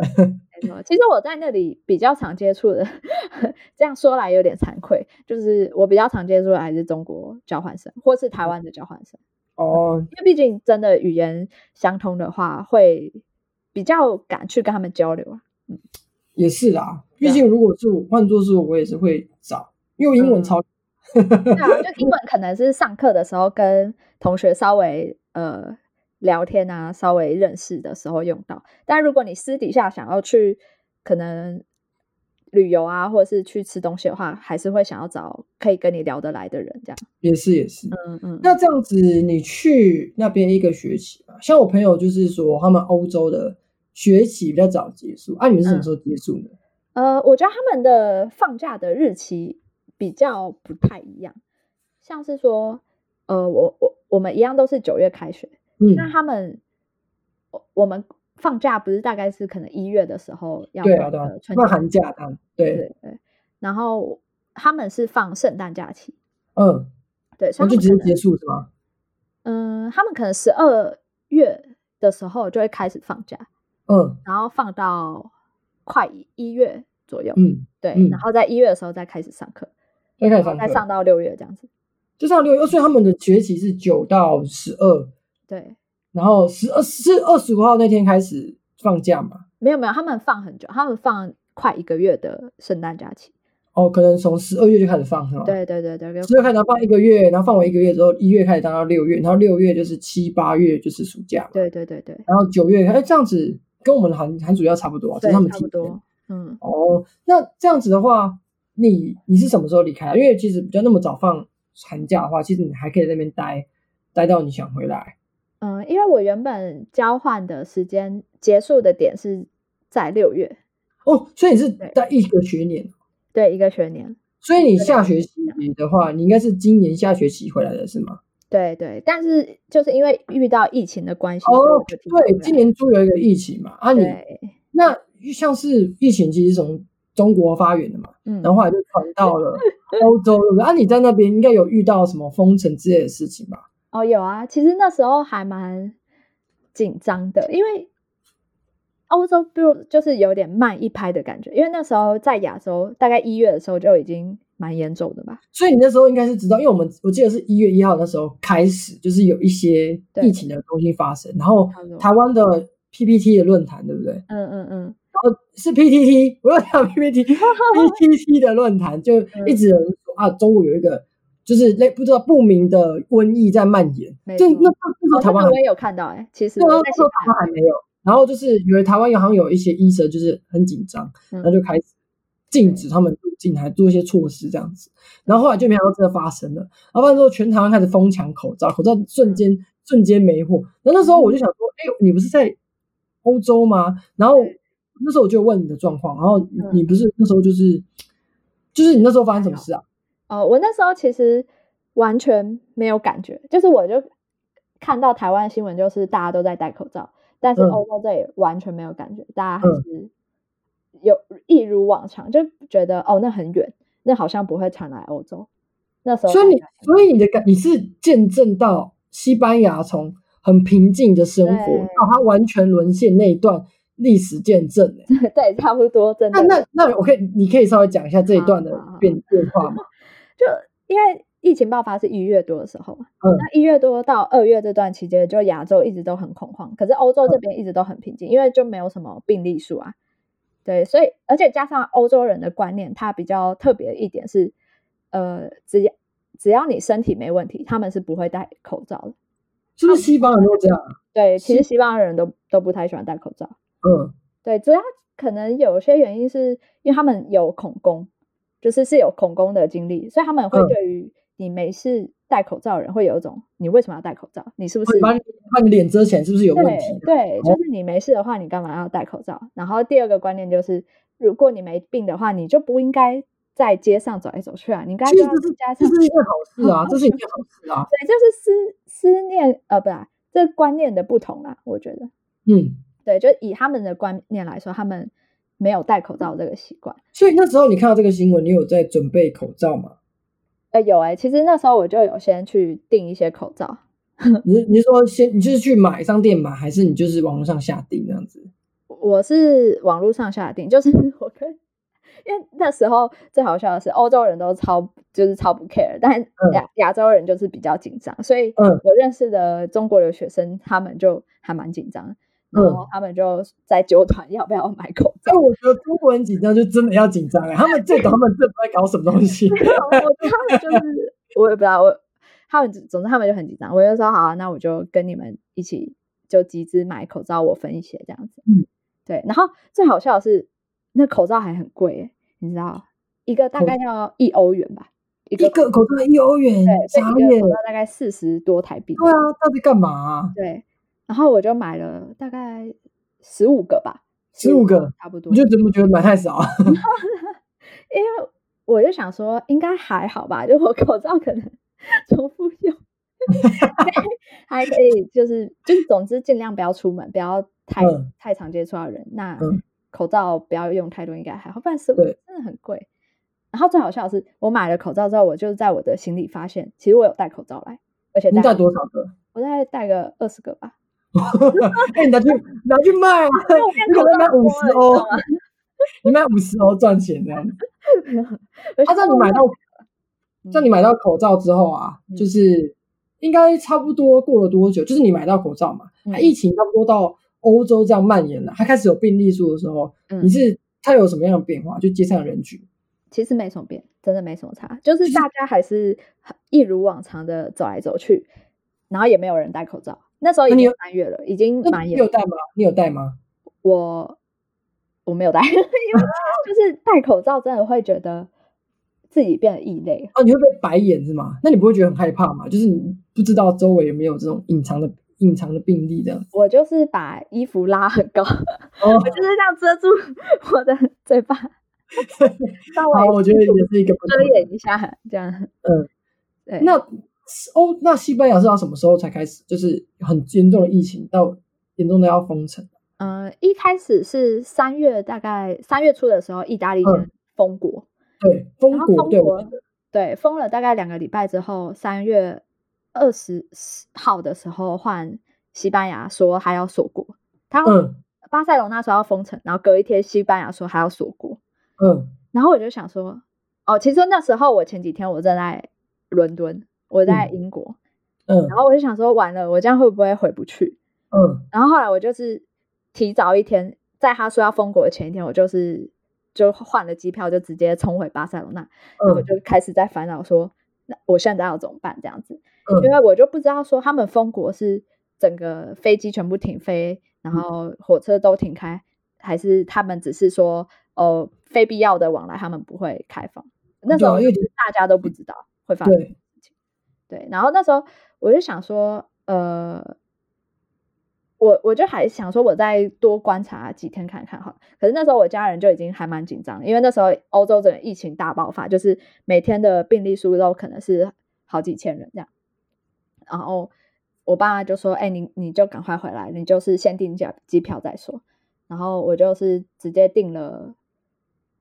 没错。其实我在那里比较常接触的， 这样说来有点惭愧，就是我比较常接触的还是中国交换生，或是嗯台湾的交换生。哦，因为毕竟真的语言相通的话，会比较敢去跟他们交流啊。也是啦。对毕啊竟如果是我换做是我，我也是会找，因为我英嗯文超。对啊，就英文可能是上课的时候跟同学稍微呃聊天啊，稍微认识的时候用到。但如果你私底下想要去可能旅游啊，或者是去吃东西的话，还是会想要找可以跟你聊得来的人这样。也是也是。嗯嗯，那这样子，你去那边一个学期嘛？像我朋友就是说，他们欧洲的学期比较早结束。啊，你们是什么嗯时候结束呢？呃，我觉得他们的放假的日期比较不太一样，像是说，呃，我我我们一样都是九月开学，嗯，那他们，我我们放假不是大概是可能一月的时候要对啊，放对啊呃，春放节寒假当然对对，对对，然后他们是放圣诞假期，嗯，对，所然后以就他直们接可结能，束是吗？嗯，他们可能十二月的时候就会开始放假，嗯然后放到快一一月左右，嗯，对，嗯然后在一月的时候再开始上课，再开始然后上再课，上到六月这样子，就上六月，哦所以他们的学期是九到十二，对，然后十二是二十五号那天开始放假嘛？没有没有，他们放很久，他们放快一个月的圣诞假期，哦，可能从十二月就开始放哦是吗？。对对对对，跟十二开始然后放一个月，然后放完一个月之后，一月开始当到六月，然后六月就是七八月就是暑假嘛，对对对对。然后九月，哎，这样子跟我们的寒寒暑假差不多啊，只对，是他们差提不前多。嗯，哦，那这样子的话，你你是什么时候离开啊？因为其实不要那么早放寒假的话，其实你还可以在那边待待到你想回来。嗯，因为我原本交换的时间结束的点是在六月，哦，所以你是在一个学年，对，一个学年。所以你下学期的话，你应该是今年下学期回来的是吗？对对，但是就是因为遇到疫情的关系，所以哦我，就提前回对，来今年初有一个疫情嘛，啊你，对，那像是疫情其实从中国发源的嘛，嗯，然后后来就传到 了欧洲，对不对啊，你在那边应该有遇到什么封城之类的事情吧？哦，有啊，其实那时候还蛮紧张的，因为欧洲就就是有点慢一拍的感觉，因为那时候在亚洲，大概一月的时候就已经蛮严重的吧。所以你那时候应该是知道，因为我们我记得是一月一号那时候开始，就是有一些对疫情的东西发生，然后差不多台湾的 PPT 的论坛，对不对？嗯嗯嗯，是 PTT，我又 讲 PPT，PTT 的论坛就嗯一直有人说啊，中国有一个就是类不知道不明的瘟疫在蔓延没，就错那那时候哦，台这湾还个我也有看到哎、其实对啊，我在那时西候台湾班还没有，然后就是因为台湾有好像有一些医生就是很紧张，嗯然后就开始禁止他们入境，还做一些措施这样子，然后后来就没想到真的发生了，然后发生之后全台湾开始疯抢口罩，口罩瞬嗯间、瞬间没货，然后那时候我就想说，哎、你不是在欧洲吗？然后对那时候我就问你的状况，然后你嗯你不是那时候就是就是你那时候发生什么事啊？牙哦，我那时候其实完全没有感觉，就是我就看到台湾新闻，就是大家都在戴口罩，但是嗯欧洲这里完全没有感觉，大家还嗯是有一如往常，就觉得哦，那很远，那好像不会传来欧洲。那时候所以大你家所以你的感你是见证到西班牙从很平静的生活对到它完全沦陷那一段历史见证、欸。 对，差不多，真的那。那那我可以你可以稍微讲一下这一段的好好好变变化吗？就因为疫情爆发是一月多的时候嘛，嗯那一月多到二月这段期间，就亚洲一直都很恐慌，可是欧嗯洲这边一直都很平静，因为就没有什么病例数啊。对，所以而且加上欧洲人的观念，它比较特别一点是，呃，只要只要你身体没问题，他们是不会戴口罩的。是不是西方人都这样啊？对，其是实西方人都都不太喜欢戴口罩。嗯，对，主要可能有些原因是因为他们有恐攻，就是是有恐攻的经历，所以他们会嗯对于你没事戴口罩的人会有一种你为什么要戴口罩？你是不是把你把你脸遮起来是不是有问对题？对，哦就是你没事的话，你干嘛要戴口罩？然后第二个观念就是，如果你没病的话，你就不应该在街上走来走去啊，你应该其实要这是加这上是一件好事 啊，这是一件好事啊。对，就是思思念呃，不啦，这观念的不同啦，我觉得嗯，对，就以他们的观念来说，他们没有戴口罩这个习惯。所以那时候你看到这个新闻，你有在准备口罩吗？呃，有哎、其实那时候我就有先去订一些口罩，你你是说先你就是去买商店买，还是你就是网络上下订这样子？我是网络上下订，就是 我跟，因为那时候最好笑的是欧洲人都超就是超不 care，但亚亚洲人就是比较紧张，所以嗯我认识的中国留学生他们就还蛮紧张，然嗯后他们就在纠团要不要买口罩哎，，我觉得中国人紧张就真的要紧张哎，他们最懂他们这不在搞什么东西。 我觉得他们就是我也不知道，我他们总之他们就很紧张。我就说好、啊，那我就跟你们一起就集资买口罩，我分一些这样子。嗯，对。然后最好笑的是，那口罩还很贵耶，你知道，一个大口概要一欧元吧，一一个个口罩一欧元对，，所傻以一眼。个口罩大概四十多台币。对啊，到底干嘛啊？对。然后我就买了大概十五个吧，嗯15个差不多。我就怎么觉得买太少啊？因为我就想说，应该还好吧，就我口罩可能 重复用，还可以，就是就是，总之尽量不要出门，不要太、嗯太常接触到人。那嗯口罩不要用太多，应该还好，不然是对真的很贵。然后最好笑的是，我买了口罩之后，我就在我的行李发现，其实我有带口罩来，而且你带带多少个？我大概带个二十个吧，哎，你拿去拿去 卖啊！因为我看你可口能罩买很五多欸十了欧， 你买五十欧赚钱这样子。你知道吗欸我就啊，想这样你买到，这样你买到口罩之后啊，嗯就是应该差不多过了多久？就是你买到口罩嘛，嗯它疫情差不多到欧洲这样蔓延了，它开始有病例数的时候，嗯你是它有什么样的变化？就街上的人群。其实没什么变，真的没什么差，就是大家还是很一如往常的走来走去，然后也没有人戴口罩。那时候已那你经有三月了，已经那蛮你严有带吗？你有带吗？ 我我没有戴，因为就是戴口罩真的会觉得自己变得异类。哦，你会被白眼是吗？那你不会觉得很害怕吗？就是你不知道周围有没有这种隐藏的隐藏的病例这样子。我就是把衣服拉很 高，哦，我就是这样遮住我的 嘴巴，稍好，微我觉得也是一个不错遮掩一下，这样。嗯，对。那欧那西班牙是到什么时候才开始就是很严重的疫情到严重的要封城？嗯、一开始是三月，大概三月初的时候，意大利嗯先封国，对，封然后国封对国对封了大概两个礼拜之后，三月二十号的时候换西班牙说还要锁国，他们嗯巴塞罗那说要封城，然后隔一天西班牙说还要锁国，嗯然后我就想说，哦，其实那时候我前几天我正在伦敦，我在英国，嗯然后我就想说，完了，我这样会不会回不去？嗯然后后来我就是提早一天，在他说要封国的前一天，我就是就换了机票，就直接冲回巴塞罗那。然后我嗯就开始在烦恼说，那我现在要怎么办？这样子，嗯因为我就不知道说他们封国是整个飞机全部停飞，嗯然后火车都停开，还是他们只是说哦非必要的往来他们不会开放。那时对啊候因为就是大家都不知道会发生对，对，然后那时候我就想说，呃，我我就还想说，我再多观察几天看看哈。可是那时候我家人就已经还蛮紧张，因为那时候欧洲整个疫情大爆发，就是每天的病例数都可能是好几千人这样。然后我爸妈就说：“哎、你你就赶快回来，你就是先订机机票再说。”然后我就是直接订了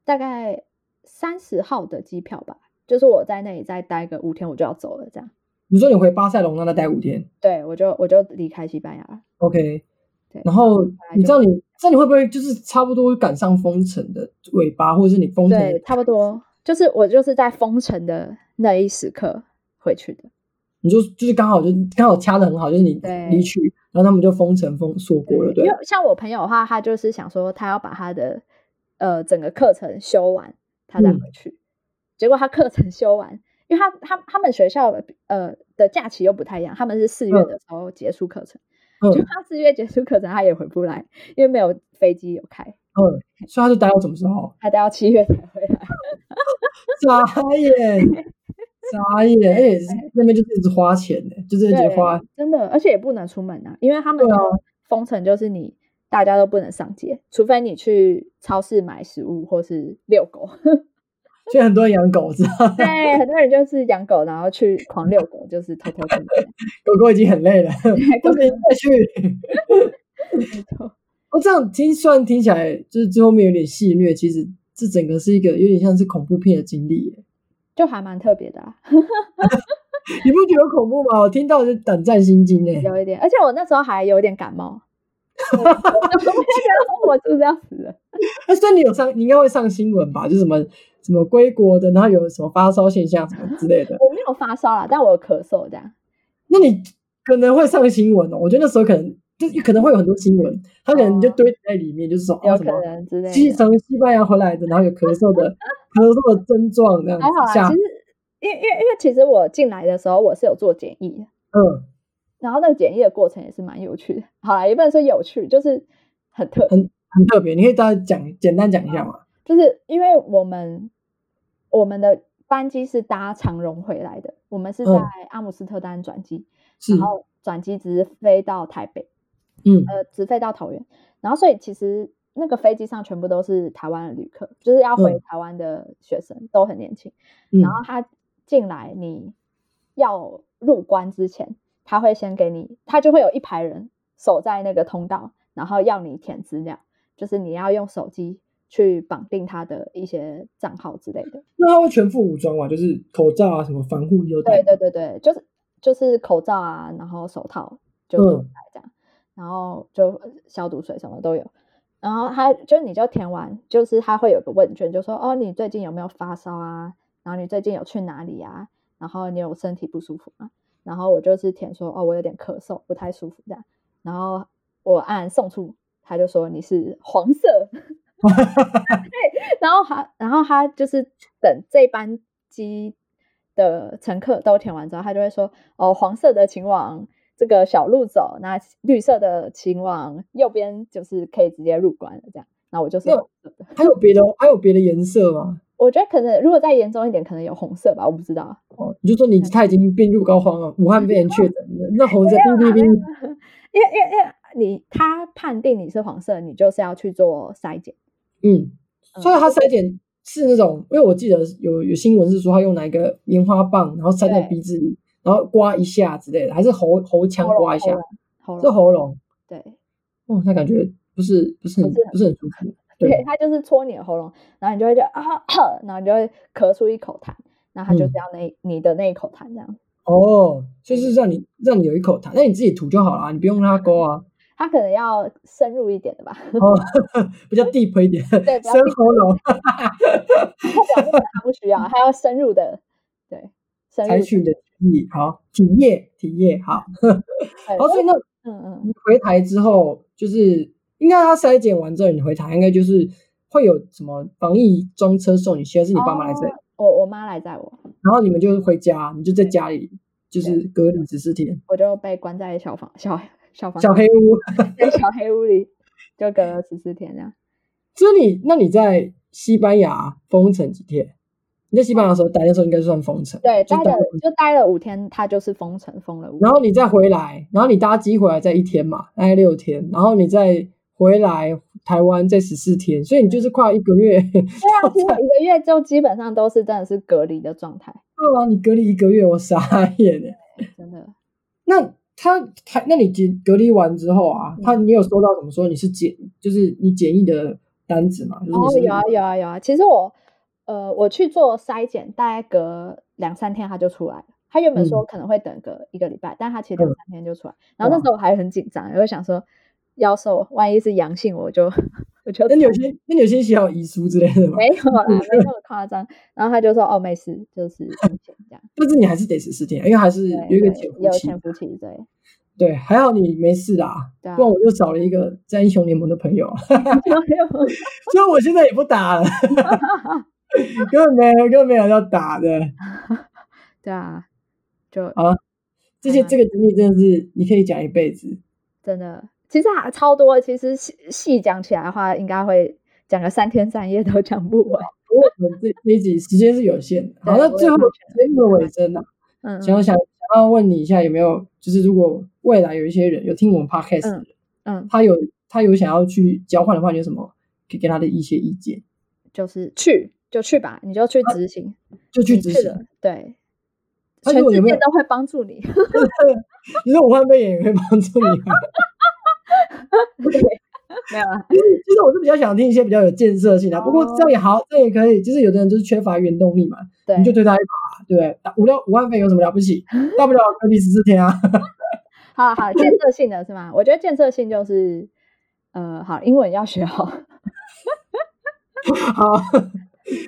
大概三十号的机票吧，就是我在那里再待个五天，我就要走了，这样。你说你回巴塞隆那那待五天对，我就我就离开西班牙了。 ，OK，对，然后来你就知道你这样你会不会就是差不多赶上封城的尾巴，或者是你封城的对，差不多，就是我就是在封城的那一时刻回去的。你就就是刚好就刚好掐的很好，就是你对离去，然后他们就封城封锁国了，对因为像我朋友的话，他就是想说他要把他的呃整个课程修完，他再嗯回去。结果他课程修完，因为他他他们学校的呃的假期又不太一样，他们是四月嗯的时候结束课程，嗯就他四月结束课程他也回不来，因为没有飞机有开，嗯，所以他就待到什么时 候？他都要七月才回来。眨眼，眨眼，而且是那边就是一直花钱呢，就是一直对，花，真的，而且也不能出门啊，因为他们对啊的封城就是你大家都不能上街，除非你去超市买食物或是遛 狗。所以很多人养狗，知道对，很多人就是养狗，然后去狂遛狗，就是偷偷 出门。狗狗已经很累了，不行再去。哦，这样听虽然听起来就是最后面有点戏虐，其实这整个是一个有点像是恐怖片的经历耶，就还蛮特别的、啊，你不觉得恐怖吗？我听到就胆战心惊哎。有一点，而且我那时候还有点感 冒，我就觉得我就是要死了。那哎所以你有上，你应该会上新闻吧？就什么什么归国的，然后有什么发烧现象什么之类的。我没有发烧啦，但我有咳嗽这样。那你可能会上新闻哦。我觉得那时候可能就是可能会有很多新闻，他可能就堆在里面，就是说有哦什可么能之类西的，从西班牙回来的，然后有咳嗽的咳嗽的症状这样还哦好子下啦。其，实，因为因为因为其实我进来的时候我是有做检疫的，嗯，然后那个检疫的过程也是蛮有趣的。好啦，也不能说有趣，就是很特别，很很特别。你可以大家讲简单讲一下嘛？就是因为我们我们的班机是搭长荣回来的，我们是在嗯阿姆斯特丹转机，是然，后转机直飞到台北，嗯呃，直飞到桃园，然后所以其实那个飞机上全部都是台湾的旅客，就是要回嗯台湾的学生、都很年轻。嗯然后他进来，你要入关之前，他会先给你，他就会有一排人守在那个通道，然后要你填资料，就是你要用手机去绑定他的一些账号之类的。那他会全副武装嘛？就是口罩啊，什么防护衣都戴对。对对对，就是就是口罩啊，然后手套就嗯都戴这样，然后就消毒水什么都有。然后他就你就填完，就是他会有个问卷，就说哦，你最近有没有发烧啊？然后你最近有去哪里啊？然后你有身体不舒服吗？然后我就是填说哦，我有点咳嗽，不太舒服这样。然后我按送出，他就说你是黄色，然后他，然后他就是等这班机的乘客都填完之后，他就会说：“哦，黄色的请往这个小路走，那绿色的请往右边，就是可以直接入关了。”这样，那我就是那黄色的还有别的还有别的颜色吗？我觉得可能如果再严重一点，可能有红色吧，我不知道。哦，你就说你他已经病入膏肓了，武汉肺炎确诊了，那红色没哔有啦哔哔，因为因为因为你他判定你是黄色，你就是要去做筛检。嗯，嗯所以他筛检是那种，因为我记得有有新闻是说他用哪一个棉花棒，然后塞在对鼻子里，然后刮一下之类的，还是喉喉腔喉咙刮一下，喉是咙喉咙，对哦，那感觉不是不是很不是很不是很舒服，对，他就是戳你的喉咙，然后你就会觉得啊，咳然后你就会咳出一口痰，然后他就嗯是要那、你的那一口痰这样。哦，就是让你让你有一口痰，那你自己吐就好了，你不用让它勾啊，他可能要深入一点的吧，哦，比较 deep 一点，对，不要深喉咙他不需要，他要深入的，对，深入采的取你的体液，好，体液体液好，对好，所以那嗯嗯，你回台之后，就是应该他筛检完之后，你回台应该就是会有什么防疫装车送你，现在是你爸妈来这里，我我妈来载我，然后你们就回家，你就在家里就是隔离十四天，我就被关在小房小小房小黑屋。在小黑屋里，就隔了十四天这样。所以你那你在西班牙封城几天？你在西班牙的时候待的时候应该算封城，对，就待待了就待了五天，他就是封城封了五天然后你再回来，然后你搭机回来再一天嘛，大概六天，然后你再回来台湾再十四天，所以你就是快一个月。 对啊，其实我一个月就基本上都是真的是隔离的状态，对啊，你隔离一个月，我傻眼欸真的。那他他，那你隔隔离完之后啊，嗯他你有收到怎么说你是检，就是你检疫的单子嘛？就是哦你，是、有啊有啊有啊，其实我呃我去做筛检，大概隔两三天他就出来了。他原本说可能会等个一个礼拜，但他其实两嗯三天就出来。然后那时候我还很紧张，我就想说，要是我万一是阳性，我就 我就那你有些那你有些写好遗书之类的吗？没有啦，没那么夸 张。然后他就说，哦，没事，就是阴性这样。但是你还是得十四天，因为还是对，有一个对潜伏有期。潜伏期，对对，还好你没事啦，对啊不。然我就少了一个在英雄联盟的朋友， 没所以我现在也不打 了，有根本没有根本没有要打的。对啊，就这些还蛮这个经历真的是你可以讲一辈子。真的，其实还超多。其实细细讲起来的话，应该会讲个三天三夜都讲不完。不过我们这这一集时间是有限的，好，对那我也最后发节目的尾声啊，嗯，想要想想要问你一下，有没有就是如果未来有一些人有听我们 podcast，的人、嗯，他有他有想要去交换的话，你有什么可以给他的一些意见？就是去就去吧，你就去执行，就啊去你执去行。了，对，那全如果世有没界有都会帮助 你。你说武汉肺炎也会帮助你 吗？没有啊啦， 其实我是比较想听一些比较有建设性的，啊不过这哦样也好，这样也可以。就是有的人就是缺乏原动力嘛，对你，就推他一把，啊对不对？打无聊武汉肺炎有什么了不起？大不了隔离十四天啊。 好啦好啦，建设性的是吗？我觉得建设性就是，呃，好，英文要学好。 好，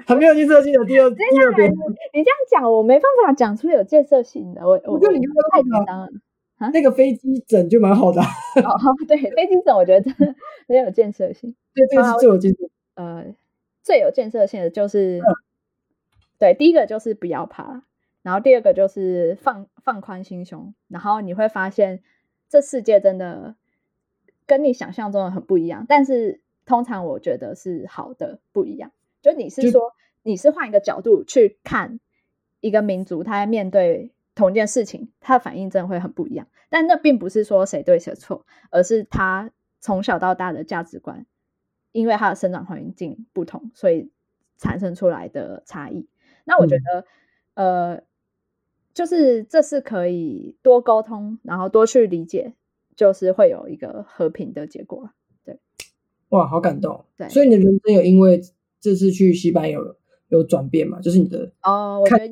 很没有建设性的第二第二点，你这样讲，我没办法讲出有建设性的，我我我觉得你刚刚太那紧个张了。 那个飞机整就蛮好的啊，哦，对，飞机整我觉得真的 很有建设性。所 以这个是最有建设。呃最有建设性的就是，对，第一个就是不要怕，然后第二个就是放放宽心胸，然后你会发现这世界真的跟你想象中的很不一样，但是通常我觉得是好的不一样，就你就是说你是换一个角度去看一个民族，他在面对。同一件事情，他的反应真的会很不一样，但那并不是说谁对谁错，而是他从小到大的价值观，因为他的生长环境不同，所以产生出来的差异。那嗯我觉得，呃，就是这是可以多沟通，然后多去理解，就是会有一个和平的结果。哇，好感动！哦对所以你的人生有因为这次去西班牙有有转变嘛？就是你的哦，我觉看得有，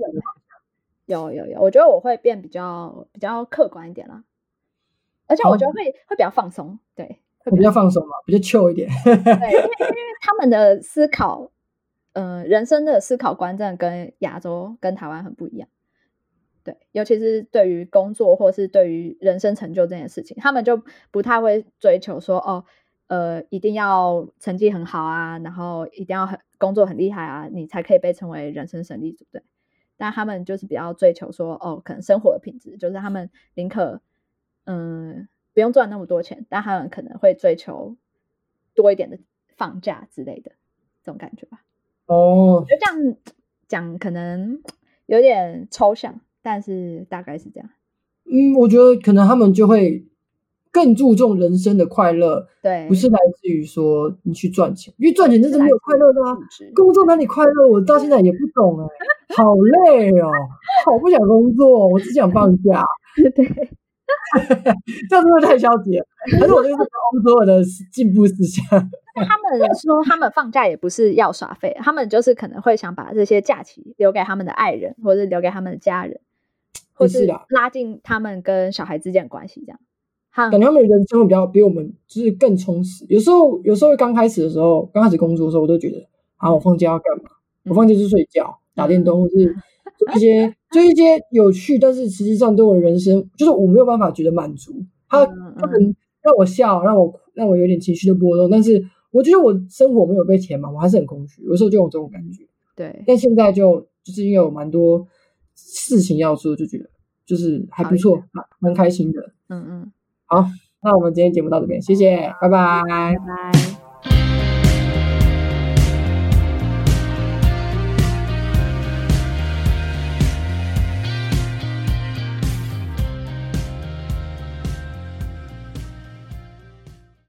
有有有，我觉得我会变比较比较客观一点啦，而且我觉得哦会、会比较放松，对，会比较放松嘛，比较 chill 一点。对，因为因为他们的思考，呃，人生的思考观真的跟亚洲、跟台湾很不一样。对，尤其是对于工作或是对于人生成就这件事情，他们就不太会追求说哦，呃，一定要成绩很好啊，然后一定要很工作很厉害啊，你才可以被称为人生胜利组，对。但他们就是比较追求说，哦，可能生活的品质，就是他们宁可，嗯，不用赚那么多钱，但他们可能会追求多一点的放假之类的这种感觉吧。哦，就这样讲，可能有点抽象，但是大概是这样。嗯，我觉得可能他们就会更注重人生的快乐，对，不是来自于说你去赚钱，因为赚钱真的没有快乐的啊。是工作哪里快乐？我到现在也不懂哎、好累哦，好不想工作，我只想放假， 来自于物质对， 这样是不是太消极了？还是我就是欧洲人的进步思想？但他们说他们放假也不是要耍废，他们就是可能会想把这些假期留给他们的爱人，或者留给他们的家人，或也是是啦拉近他们跟小孩之间的关系，这样。和感觉他们人生会比较比我们就是更充实。有时候，有时候刚开始的时候，刚开始工作的时候，我都觉得啊，我放假要干嘛？我放假就是睡觉、打电动，或是做一些做一些有趣，但是实际上对我的人生，就是我没有办法觉得满足。他嗯他能让我笑，让我哭让我有点情绪的波动，但是我觉得我生活没有被填满，我还是很空虚。有时候就有这种感觉，对，但现在就就是因为有蛮多事情要做，就觉得就是还不错，蛮蛮开心的。嗯嗯，那我们今天节目到这边，谢谢，拜拜。拜拜。